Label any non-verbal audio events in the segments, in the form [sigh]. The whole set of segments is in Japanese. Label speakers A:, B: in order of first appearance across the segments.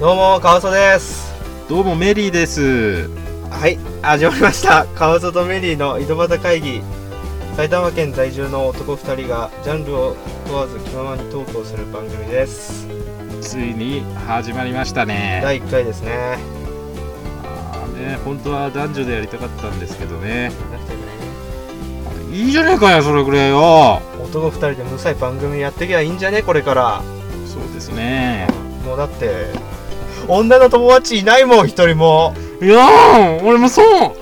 A: どうもカワソです
B: どうもメリーです。
A: はい始まりましたカワソとメリーの井戸端会議埼玉県在住の男2人がジャンルを問わず気ままにトークをする番組です
B: ついに始まりましたね。
A: 第1回ですね
B: あーね本当は男女でやりたかったんですけどね。
A: なくてもね
B: いいじゃねえかよそれぐらいよ。
A: 男2人でむさい番組やってきゃいいんじゃねこれから
B: そうですね。
A: もうだって女の友達いないもん一人も
B: いやー俺もそう。
A: 本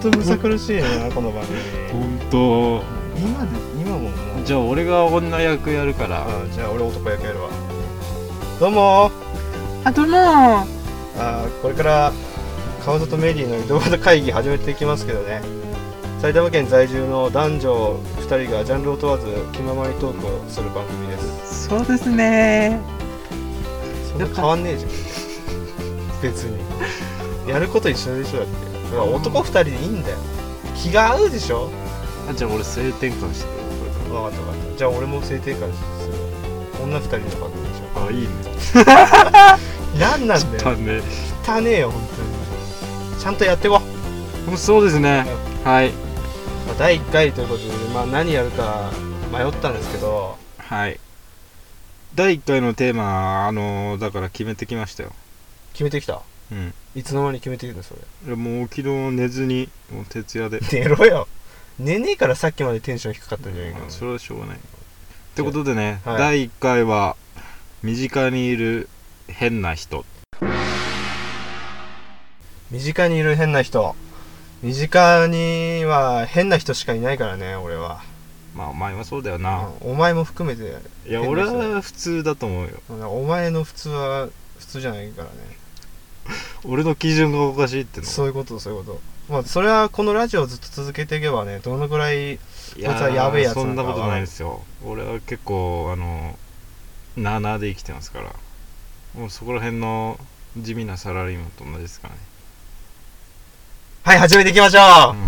A: 当にむさ苦しいなこの番組
B: 本当。
A: 今で今もも
B: じゃあ俺が女役やるから。
A: あじゃあ俺男役やるわどうも
B: あどうも。
A: あーこれから川里メリーの井戸端会議始めていきますけどね埼玉県在住の男女2人がジャンルを問わず気ままにトークをする番組です
B: そうですね。
A: そんな変わんねえじゃん別にやること一緒でしょだってだから男2人でいいんだよ気が合うでしょ
B: あじゃあ俺性転換してくるこれか
A: 分かった分かったじゃあ俺も性転換する女2人の番組でし
B: ら。あいいね。
A: ょなんなんだ
B: ちょっ
A: よ
B: とね。
A: 汚ねえよ本当にちゃんとやってこ
B: もうそうですね。はい
A: まあ第1回ということで、まあ、何やるか迷ったんですけど
B: はい。第1回のテーマあのーだから決めてきましたよ。
A: 決めてきた
B: うん。
A: いつの間に決めてきたのそれ
B: いやもう昨日寝ずにもう徹夜で
A: 寝ろよ寝ねえからさっきまでテンション低かったんじゃないか
B: まあそれはしょうがないってことでね、
A: はい
B: 第1回は身近にいる変な人
A: 身近にいる変な人身近には変な人しかいないからね俺は、
B: まあお前はそうだよな、
A: うんお前も含めて
B: いや
A: 変な
B: 俺
A: 人だよ
B: は普通だと思うよ
A: お前の普通は普通じゃないからね
B: 俺の基準がおかしいっての
A: そういうことそういうことまあそれはこのラジオをずっと続けていけばねどのぐらい
B: い
A: こいつはやべえやつ
B: そ
A: なん
B: ん
A: だ
B: なことないですよ俺は結構あの7で生きてますからもうそこら辺の地味なサラリーマンと同じですからね
A: はい始めていきましょ
B: あ,、う、
A: うん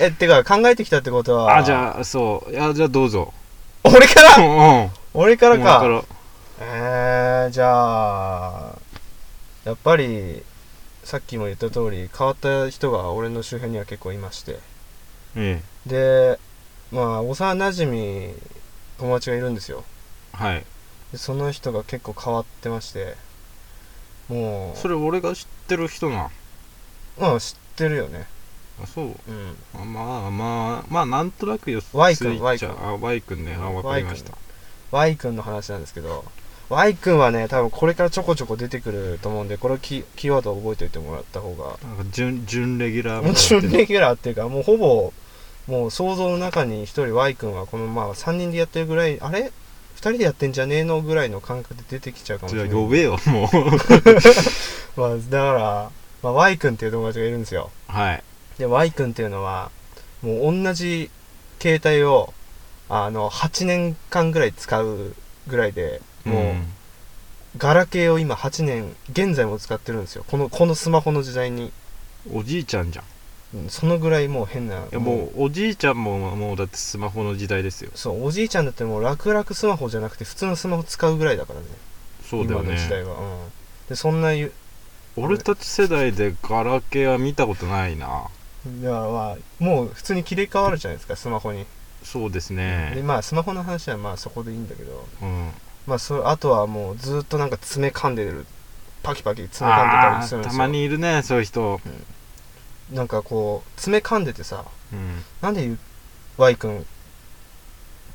A: えってか考えてきたってことは
B: あじゃあそういやじゃあどうぞ
A: 俺か
B: うん
A: ら
B: うん
A: 俺から
B: もう
A: か
B: だか
A: えー、じゃあやっぱりさっきも言った通り変わった人が俺の周辺には結構いまして
B: らええ
A: でまあ幼馴染友達がいるんですよ
B: はい
A: でその人が結構変わってましてもう
B: それ俺が知ってる人な
A: うん知ってるよね
B: あそう
A: うん
B: あまあまあまあなんとなくよ
A: Y 君 Y 君
B: あ Y 君ねあわかりました
A: Y 君の話なんですけど Y 君はね多分これからちょこちょこ出てくると思うんでこれをキキーワードを覚えておいてもらった方が
B: なんか準準レギュラー
A: も [laughs]
B: み
A: ち
B: たい
A: ろ
B: になんってる
A: レギュラーっていうかもうほぼもう想像の中に1人 Y 君はこのまあ3人でやってるぐらいあれ2人でやってんじゃねえのぐらいの感覚で出てきちゃうかもし
B: じゃ
A: れ
B: あ
A: ない、
B: 呼べよも
A: まあ、だから、まあ、Y 君っていう友達がいるんですよ
B: う [laughs] はい
A: で Y 君っていうのはもう同じ携帯をあの8年間ぐらい使うぐらいでもう、
B: ん
A: ガラケーを今8年現在も使ってるんですよこのこのスマホの時代に、
B: おじいちゃんじゃんい
A: うんそのぐらいもう変な
B: やもうおじいちゃんももうだってスマホの時代ですよ
A: そうおじいちゃんだってもう楽々スマホじゃなくて普通のスマホ使うぐらいだからね
B: そうだよ
A: 今の時代
B: ね
A: は、うん、でそんなゆ
B: 俺たち世代でガラケーは見たことないない
A: やまあもう普通に切り替わるじゃないですかスマホに、
B: そうです
A: で
B: ね
A: まあスマホの話はまあそこでいいんだけど、
B: うん
A: まあ、そあとはもうずっとなんか爪噛んでるパキパキ爪噛んでた
B: あ
A: りするん
B: ー
A: で
B: た
A: すよ
B: まにいるねそういう人
A: なんかこう爪噛んでてさ
B: うん
A: なんで Y 君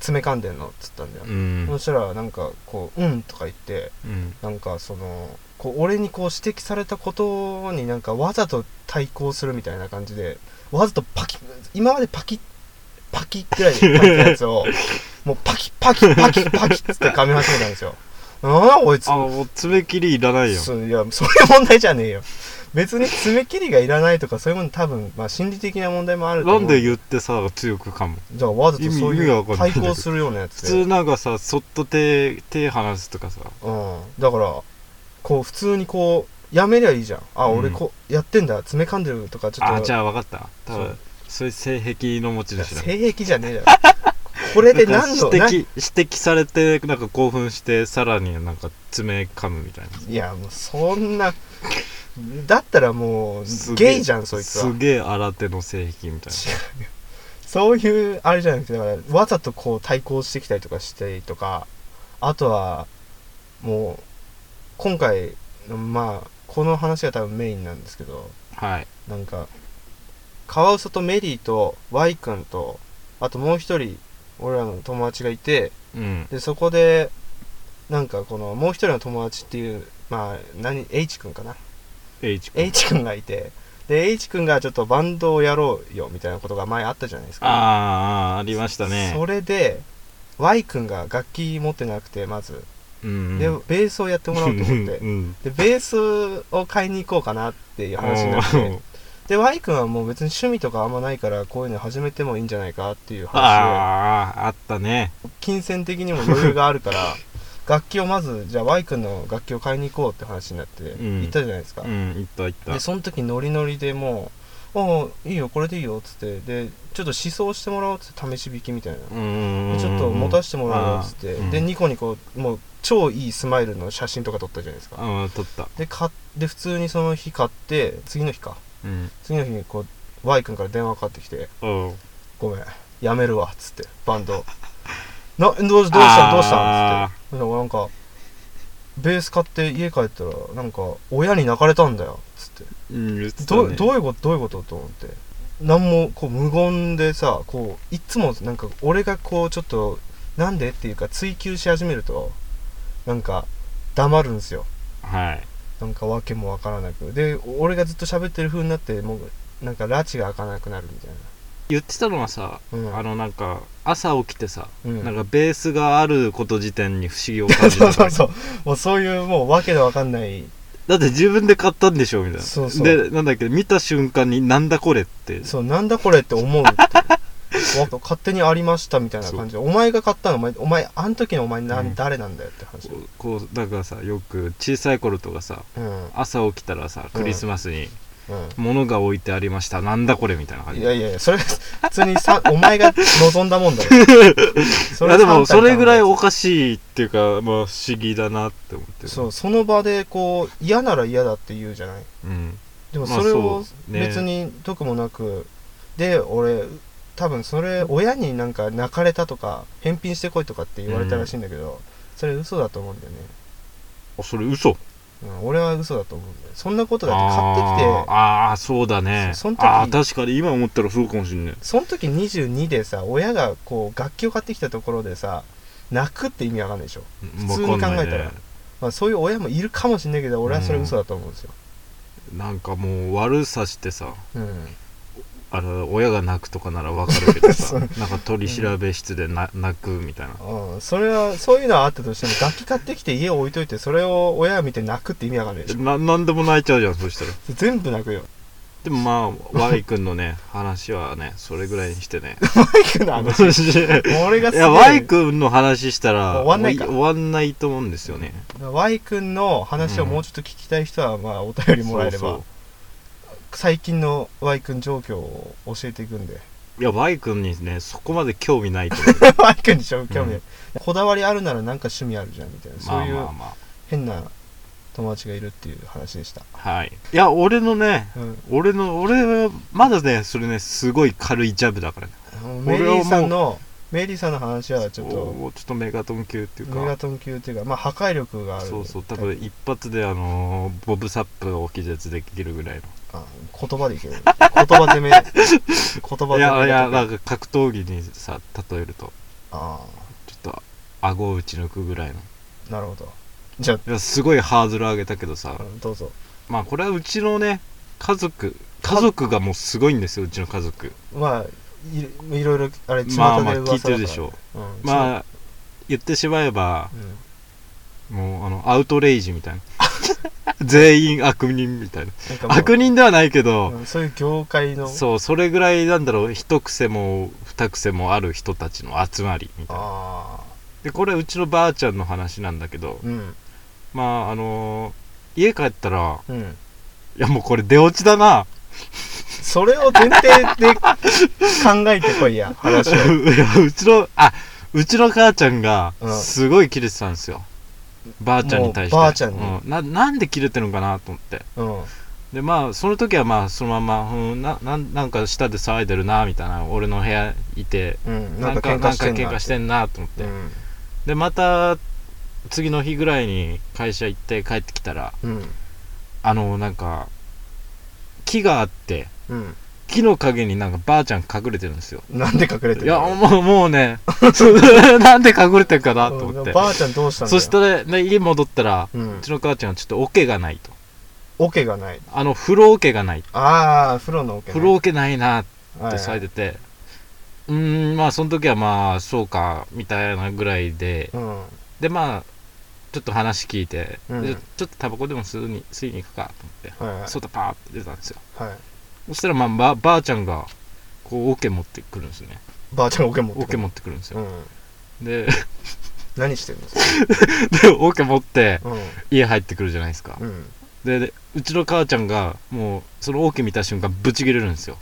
A: 爪噛んでんのっつったんだよ、
B: うん
A: そしたらなんかこう「うん」とか言って
B: うん
A: なんかそのこう俺にこう指摘されたことになんかわざと対抗するみたいな感じでわざとパキ今までパキパキぐらいでパキったやつ
B: [laughs]
A: をもうパキパキパキパキっつって噛み始めたんですよ。なあこいつ
B: あもう爪切りいらないよ
A: そういやそういう問題じゃねえよ別に爪切りがいらないとかそういうもの多分、まあ、心理的な問題もあると
B: な
A: 思うん
B: で言ってさ強く噛む
A: じゃあわざとそう
B: 意味意味
A: い
B: わ
A: う
B: かんな
A: 対
B: いんだけど
A: 抗するようなやつ
B: 普
A: で
B: 通なんかさそっと手手離すとかさ
A: うん、だからこう普通にこうやめりゃいいじゃんあ、
B: うん
A: 俺こうやってんだ爪噛んでるとかちょっと
B: あじゃあ分かった多
A: そ
B: 分
A: う
B: そういう性癖の持ち
A: いや
B: 主だ
A: 性癖じゃねえだろこれで何の
B: [laughs] なんか
A: 何
B: 指摘指摘されてなんか興奮してさらになんか爪噛むみたいない
A: やもうそんなだったらもう
B: すげえ
A: ゲイじゃんそいつは
B: すげえ新手の性癖みたい
A: そういうあれじゃなくてだからわざとこう対抗してきたりとかしてとかあとはもう今回のまあこの話が多分メインなんですけど
B: なはい
A: なんかカワウソとメリーと Y 君とあともう一人俺らの友達がいて
B: うん
A: でそこでなんかこのもう一人の友達っていうまあ何 H 君かな
B: H 君
A: H 君がいてで H 君がちょっとバンドをやろうよみたいなことが前あったじゃないですか
B: あーあーありましたね
A: それで Y 君が楽器持ってなくてまず
B: うん
A: でベースをやってもらおうと思って
B: [laughs] うんうん
A: でベースを買いに行こうかなっていう話になっ
B: お
A: て
B: ー
A: で Y 君はもう別に趣味とかあんまないからこういうの始めてもいいんじゃないかっていう話
B: あああったね
A: で金銭的にも余裕があるから
B: [laughs]
A: 楽器をまずじゃあ Y 君の楽器を買いに行こうって話になって
B: うん
A: 行ったじゃないですか
B: う、んいったいった
A: でその時ノリノリでもう「ああいいよこれでいいよ」っつってでちょっと試奏してもらおうっつって試し弾きみたいな、
B: うんうんうん
A: でちょっと持たせてもらおうっつって、
B: うん
A: でニコニコもう超いいスマイルの写真とか撮ったじゃないですか、
B: うん取った
A: で買っで普通にその日買って次の日か
B: うん
A: 次の日にこう Y 君から電話かかってきて
B: おう
A: 「ごめんやめるわ」っつってバンド「などうどうした
B: あー
A: どうした?」っつってでもなんかベース買って家帰ったらなんか親に泣かれたんだよっつって
B: うん言ってた
A: ど
B: ね
A: どういうことどういうことと思って何もこう無言でさこういつもなんか俺がこうちょっとなんでっていうか追求し始めるとなんか黙るんですよ
B: はい
A: なんか訳もわからなくで俺がずっと喋ってる風になってもうなんか拉致が開かなくなるみたい
B: 言ってたのはさ
A: な、うん、
B: あのなんか朝起きてさ
A: うん
B: なんかベースがあること自体に不思議を感
A: [laughs]
B: じ
A: そう
B: た
A: そうそうもうそういうもう訳のわかんない
B: だって自分で買ったんでしょみたいな
A: そうそう
B: でなんだっけ見た瞬間になんだこれって
A: そうなんだこれって思うってわ勝手にありましたみたいな感じでお前が買ったのお前お前あの時のお前な、
B: うん
A: 誰なんだよって話、
B: こうだからさよく小さい頃とかさ
A: うん
B: 朝起きたらさクリスマスに
A: うん、
B: 物が置いてありました、なんだこれみたいな感じ
A: いやいやいや、それ、普通にさ、 [laughs] お前が望んだもんだろ。そ
B: い
A: れ
B: やでも
A: サン
B: そ
A: タに頼んだ
B: れ
A: やつ
B: ぐらいおかしいっていうか、まあ、不思議だなって思ってる
A: そう、その場でこう、嫌なら嫌だって言うじゃない。
B: うん、
A: でも
B: まあ
A: それを
B: そうね
A: 別に得もなく、で、俺、多分それ、親になんか泣かれたとか、返品してこいとかって言われたらしいんだけど、それ嘘だと思うんだよね。
B: あそれ嘘
A: うん、俺は嘘だと思うんだよ。そんなことだって買って
B: あ
A: き
B: ー
A: て、
B: あーそうだね
A: そその時
B: ああ確かに今思ったらそうかもしんない
A: その時22でさ、親がこう、楽器を買ってきたところでさ、泣くって意味わかんないでしょ。
B: 普
A: 通に考えたらまあ、そういう親もいるかもしれないけど俺はそれ嘘だと思うんですよ、
B: なんかもう悪さしてさ
A: うん、
B: あの親が泣くとかならわかるけど
A: [laughs] そ
B: さ
A: う
B: なんか取り調べ室でな、泣くみたいな
A: うん、それはそういうのはあったとしても楽器買ってきて家置いといてそれを親が見て泣くって意味わかんないでしょ
B: ななんでも泣いちゃうじゃんそしたら
A: 全部泣くよ
B: でもまあ Y 君の
A: [laughs]
B: ね話はねそれぐらいにしてね
A: マイクの話俺が
B: [laughs] い
A: す
B: や
A: ご
B: Y
A: い
B: 君の話したら
A: もう終わんないか
B: もう終わんないと思うんですよね
A: Y 君の話をもうちょっと聞きたい人はまあお便りもらえれば
B: そう
A: 最近の Y 君状況を教えていく
B: [laughs]
A: んで
B: そういや Y 君にねそこまで興味ないと思
A: Y 君に興味ない、
B: うん
A: こだわりあるならなんか趣味あるじゃんみたいな
B: う
A: [laughs] そ
B: ま
A: う
B: あ
A: い
B: ま
A: う
B: あま
A: 変な友達がいるっていう話でした、
B: あはいいや俺のね
A: うん、
B: 俺の俺はまだねそれねすごい軽いジャブだからね
A: あのメリーさんのメリーさんの話はちょっと
B: おーちょっとメガトン級っていうか
A: メガトン級というか、まあ、破壊力がある
B: そうそう多分一発であのーボブサップを気絶できるぐらいの
A: あ言葉でいける言葉攻め
B: [laughs]
A: 言葉攻め
B: いやいやな
A: あ
B: んか格闘技にさ例えると
A: あ
B: ちょっと顎を打ち抜くぐらいの
A: ーなるほどじゃ
B: いやすごいハードル上げたけどさ
A: あどうぞ
B: まあこれはうちのね家族家族がもうすごいんですようちの家族
A: まあいいろいろあれ巷で
B: まあまあ
A: 噂
B: 聞
A: だ
B: い
A: か
B: て
A: ら
B: るでしょ
A: う、ん、
B: うまあ言ってしまえば
A: そう、うん
B: もうあのアウトレイジ
A: [laughs]
B: みたいな全員悪人みたいな
A: なんかもう
B: 悪人ではないけど、
A: うんそういう業界の
B: そうそれぐらいなんだろう一癖も二癖もある人たちの集まりみたいな
A: ああ
B: でこれはうちのばあちゃんの話なんだけど
A: うん
B: まああのー家帰ったら
A: うん
B: いやもうこれ出落ちだな [laughs]
A: それを前提で考えてこいや話を
B: [laughs] いやうちのあうちの母ちゃんが
A: うん
B: すごいキレてたんですよ、ばあちゃんに対して
A: もうばあちゃんに
B: うん、ななんでキレてるのかなと思って
A: うん
B: でまあその時はまあそのまま、うん、ななんなんか下で騒いでるなみたいな俺の部屋いて
A: うん
B: な
A: なん
B: ん
A: か
B: かな
A: 喧
B: んか
A: 嘩してん
B: 喧
A: な
B: 嘩してんなと思って、
A: うん
B: でまた次の日ぐらいに会社行って帰ってきたら
A: うん
B: あのなんか木があって
A: うん
B: 木の陰になんかばあちゃん隠れてるんですよ
A: なんで隠れてる
B: いやもうもうねなんで隠れてるかなと思って
A: ばあちゃんどうしたんだよ
B: そしたら、ね、家戻ったら
A: う
B: うんちの母ちゃんはちょっと桶がないと
A: オケがない
B: あの風呂桶がない
A: ああ風呂のオケ
B: 風呂桶ないなって
A: はい
B: 騒いでて、うーんまあその時はまあそうかみたいなぐらいで
A: うん
B: でまあちょっと話聞いて、
A: うん
B: でちょっとタバコでも吸いに吸いに行くかと思って、
A: はいはい
B: 外パーって出たんですよ
A: はい
B: そしたらまあばばあちゃんがこう桶持ってくるんですね
A: ばあちゃんがオケ持って
B: 桶持
A: っ
B: ってくるんです
A: う
B: よ、
A: ん
B: で [laughs]
A: 何してるんです
B: で桶持って
A: か
B: 家入ってくるじゃないですか
A: うんうん
B: ででうちの母ちゃんがもうその桶見た瞬間ブチ切れるんですよ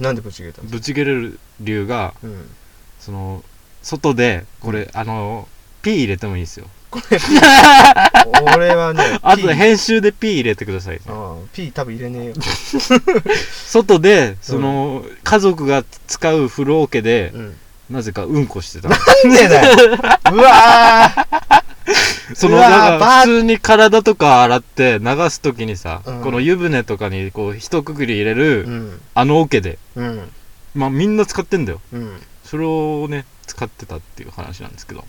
A: なんでぶち切れたんです
B: ぶち切れる理由が
A: かうん
B: その外でこれあの P 入れてもいいですよ
A: これ俺はね
B: [laughs] あとで
A: P
B: 編集で P 入れてください
A: うん P 多分入れねえよ
B: 外でその、家族が使う風呂桶で
A: うん
B: なぜかうんこし
A: [laughs]
B: てたの
A: なんでだようわー
B: その
A: うわー
B: なん
A: ば
B: か
A: あ
B: 普通に体とか洗って流す時にさ、
A: うん
B: この湯船とかにこう一括り入れる、
A: うん
B: あの桶で
A: うん
B: まあみんな使ってんだよ
A: うん
B: それをね使ってたっていう話なんですけど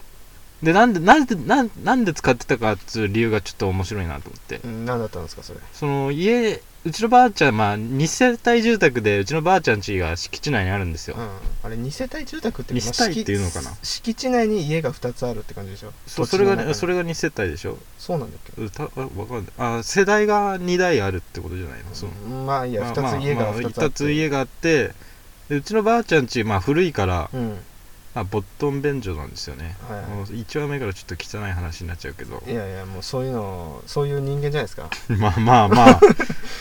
B: でなんでなんでなんなんで使ってたかっつう理由がちょっと面白いなと思って
A: うん何だったんですかそれ
B: その家うちのばあちゃんまあ2世帯住宅でうちのばあちゃん家が敷地内にあるんですよ、
A: うんあれ二世帯住宅って
B: 二世帯っていうのか
A: ま
B: な
A: あ敷敷地内に家が二つあるって感じでしょ
B: そそれがねそ
A: れ
B: れが2世帯でしょ
A: そうなんだっけ
B: うたあわかんないあ世代が2代あるってことじゃないのその
A: うんまあいいや
B: まあ
A: 二つ家
B: まあ
A: が
B: まあ
A: 二つあ
B: 二
A: って
B: つ家があってでうちのばあちゃん家まあ古いから、
A: うん
B: まあ、ボットン便所なんですよね、
A: はい
B: もう1話目からちょっと汚い話になっちゃうけど
A: いやいやもうそういうのそういう人間じゃないですか
B: [laughs] まあまあまあ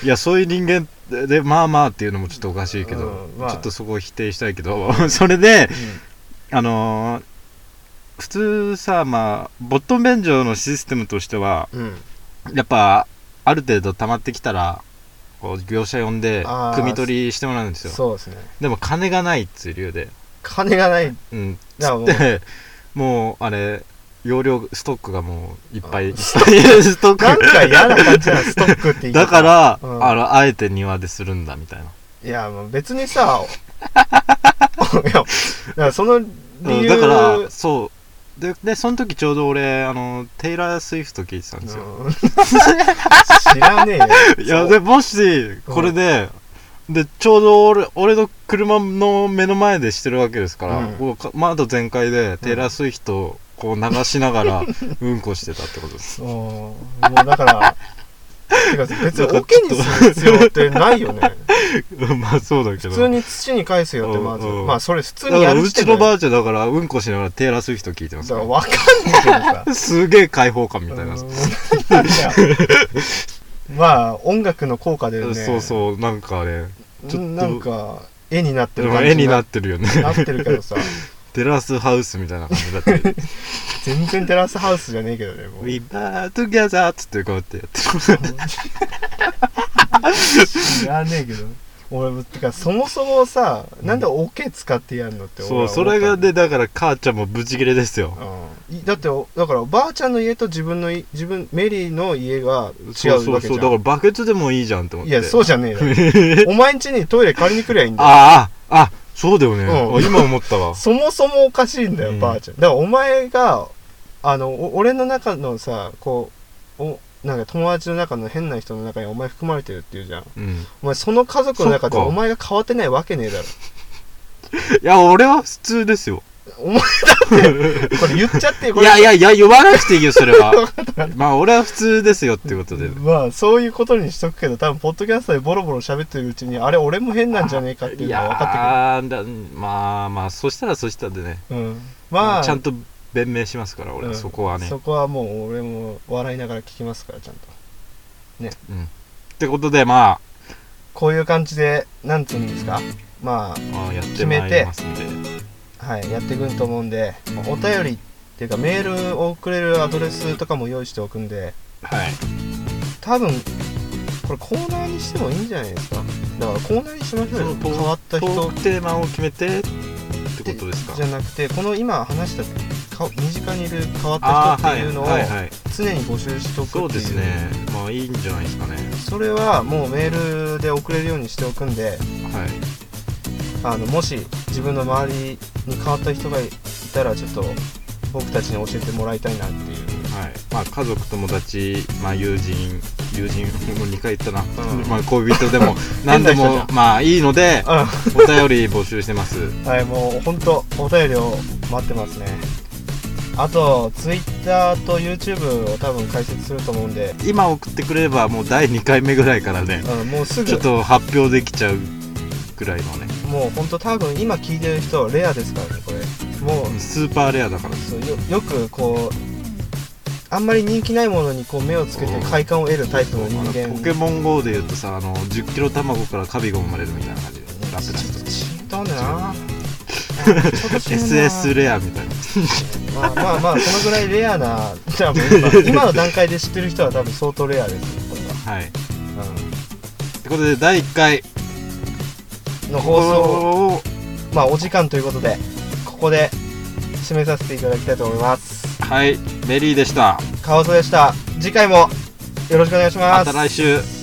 B: いやそういう人間でまあまあっていうのもちょっとおかしいけど、
A: うんまあ
B: ちょっとそこを否定したいけど [laughs] それであのー普通さまあボットン便所のシステムとしては
A: うん、うん、
B: やっぱある程度溜まってきたらこう業者呼んで
A: あー
B: 汲み取りしてもらうんですよ
A: そうですね
B: でも金がないっつう理由で
A: 金がない
B: うん
A: だからもう
B: で [laughs] もうあれ容量ストックがもういっぱいいっ
A: あ
B: ぱいストッ
A: なん
B: ク
A: か嫌な感じなストックって言い方
B: だから、
A: うん
B: あのあえて庭でするんだみたいない
A: やもう別に
B: [laughs]
A: さいやだからその理
B: うん
A: 由
B: だからそうででその時ちょうど俺あのテイラー・スウィフト聞いてたんですよ、
A: うん知らねえよ
B: いやでもしこれで、でちょうど俺俺の車の目の前でしてるわけですから、
A: うん
B: こうか窓全開でテイラー・スウィフトをこう流しながらうんこしてたってことです [laughs]
A: うんもうだからてか別にオケにする必要ってないよね
B: まあそうだけ
A: 普
B: ど
A: 通に土に返すよってまず
B: うんうん
A: まあそれ普通
B: だ
A: にや
B: から
A: る
B: う
A: 時点
B: ち
A: で
B: のばあちゃんだからうんこしながらテイラー・スウィフト聞いてます
A: だ
B: か
A: かららわかんないけどさ
B: すげえ解放感みたいな、
A: うんなんだよまあ音楽の効果でね
B: そうそうなんかねちょっと
A: なんか絵になって
B: で
A: る
B: も
A: 感
B: 絵
A: じ
B: にな
A: な
B: ってるよね
A: なってるけどさ
B: テラスハウスみたいな感じだったよね
A: 全然テラスハウスじゃねえけどねもう
B: We are together! っつってこうやってやって
A: 知らねえけど俺もてかそもそもさなんでオケ使ってやるのって俺
B: そ
A: は
B: う
A: 思った
B: それがでだから母ちゃんもブチギレですよ
A: うんいだっておだからおばあちゃんの家と自分のい自分メリーの家が違
B: そう
A: う
B: そう
A: わけ
B: そ
A: じ
B: うだか
A: ゃ
B: らバケツでもいいじゃんって思っ
A: んい
B: て
A: やそう
B: ゃ
A: じゃねえ
B: [laughs]
A: よお前ん家にトイレ借りに来りゃいいんだよ
B: あああそうだよね、
A: うん
B: あ今思ったわ
A: そもそもおかしいんだよ、
B: うん
A: ばあちゃん。だからお前が、あの、お俺の中のさ、こう、おなんか友達の中の変な人の中にお前含まれてるっていうじゃん。
B: うん、い
A: お前その家族の中で
B: そっか
A: お前が変わってないわけねえだろ。
B: や俺は普通ですよ
A: お前だって、これ言っちゃってよ、こ
B: い
A: れ。
B: やいやいや言わなくていいよそれは [laughs] まあ俺は普通ですよっていうことで、
A: まあそういうことにしとくけど多分ポッドキャストでボロボロ喋ってるうちにあれ俺も変なんじゃねえかってい
B: いう
A: のが分かってくる
B: やーだまあまあそしたらそしたでね、
A: うん、まあ
B: ちゃんと弁明しますから俺は、
A: うん
B: そこはね
A: そこはもう俺も笑いながら聞きますからちゃんと
B: ってことでま
A: こういう感じでなんつうんですかまあ
B: あ、まあ、やってまいりますんで
A: はいはい、やっていくんと思うんで、まあお便りっていうかメールをくれるアドレスとかも用意しておくんで
B: はい
A: 多分これコーナーにしてもいいんじゃないですかだからコーナーにしましょうよ
B: そう
A: 変わった
B: ト
A: 人
B: ークテーマを決めてってことですか
A: じゃなくてこの今話したか身近にいる変わった
B: あ
A: 人
B: あ
A: っ
B: は
A: て
B: い
A: いうのを
B: はいはい
A: 常に募集しておくってい
B: そうですねまあいいんじゃないですかね
A: それはもうメールで送れるようにしておくんで
B: はい
A: あのもし自分の周りに変わった人がいたらちょっと僕たちに教えてもらいたいなっていう
B: はいまあ、家族友達、まあ、友人友人もう2回言ったな、
A: うん
B: まあ、恋人でも何
A: [laughs]
B: で
A: 変な
B: も
A: 人じ
B: まあいい
A: [laughs]
B: ので
A: あ
B: お便り募集してます
A: はいもう本当お便りを待ってますねあと Twitter と YouTube を多分解説すると思うんで、
B: 今送ってくれればもう第2回目ぐらいからね
A: うん、もうすぐ
B: ちょっと発表できちゃうぐらいのね
A: もう本当多分今聞いてる人レアですからねこれもう
B: スーパーレアだからです
A: そうよよくこうあんまり人気ないものにこう目をつけて快感を得るタイプの人
B: あ
A: 間
B: のポケモン GO でいうとさあの1 0キロ卵からカビが生まれるみたいな感じでラ
A: ちょ
B: ップ
A: っと
B: 出
A: 死んだんだなちょっと死んだな
B: SS レアみたいな
A: まあまあまあそのぐらいレアな多分今今の段階で知ってる人は多分相当レアですこれ
B: はいと
A: は、
B: いうことで第1回
A: うん、の放送
B: 放送を
A: まあお時間ということでここで締めさせていただきたいと思います
B: はいメリーでした
A: 川添でした次回もよろしくお願いしま
B: ますた来週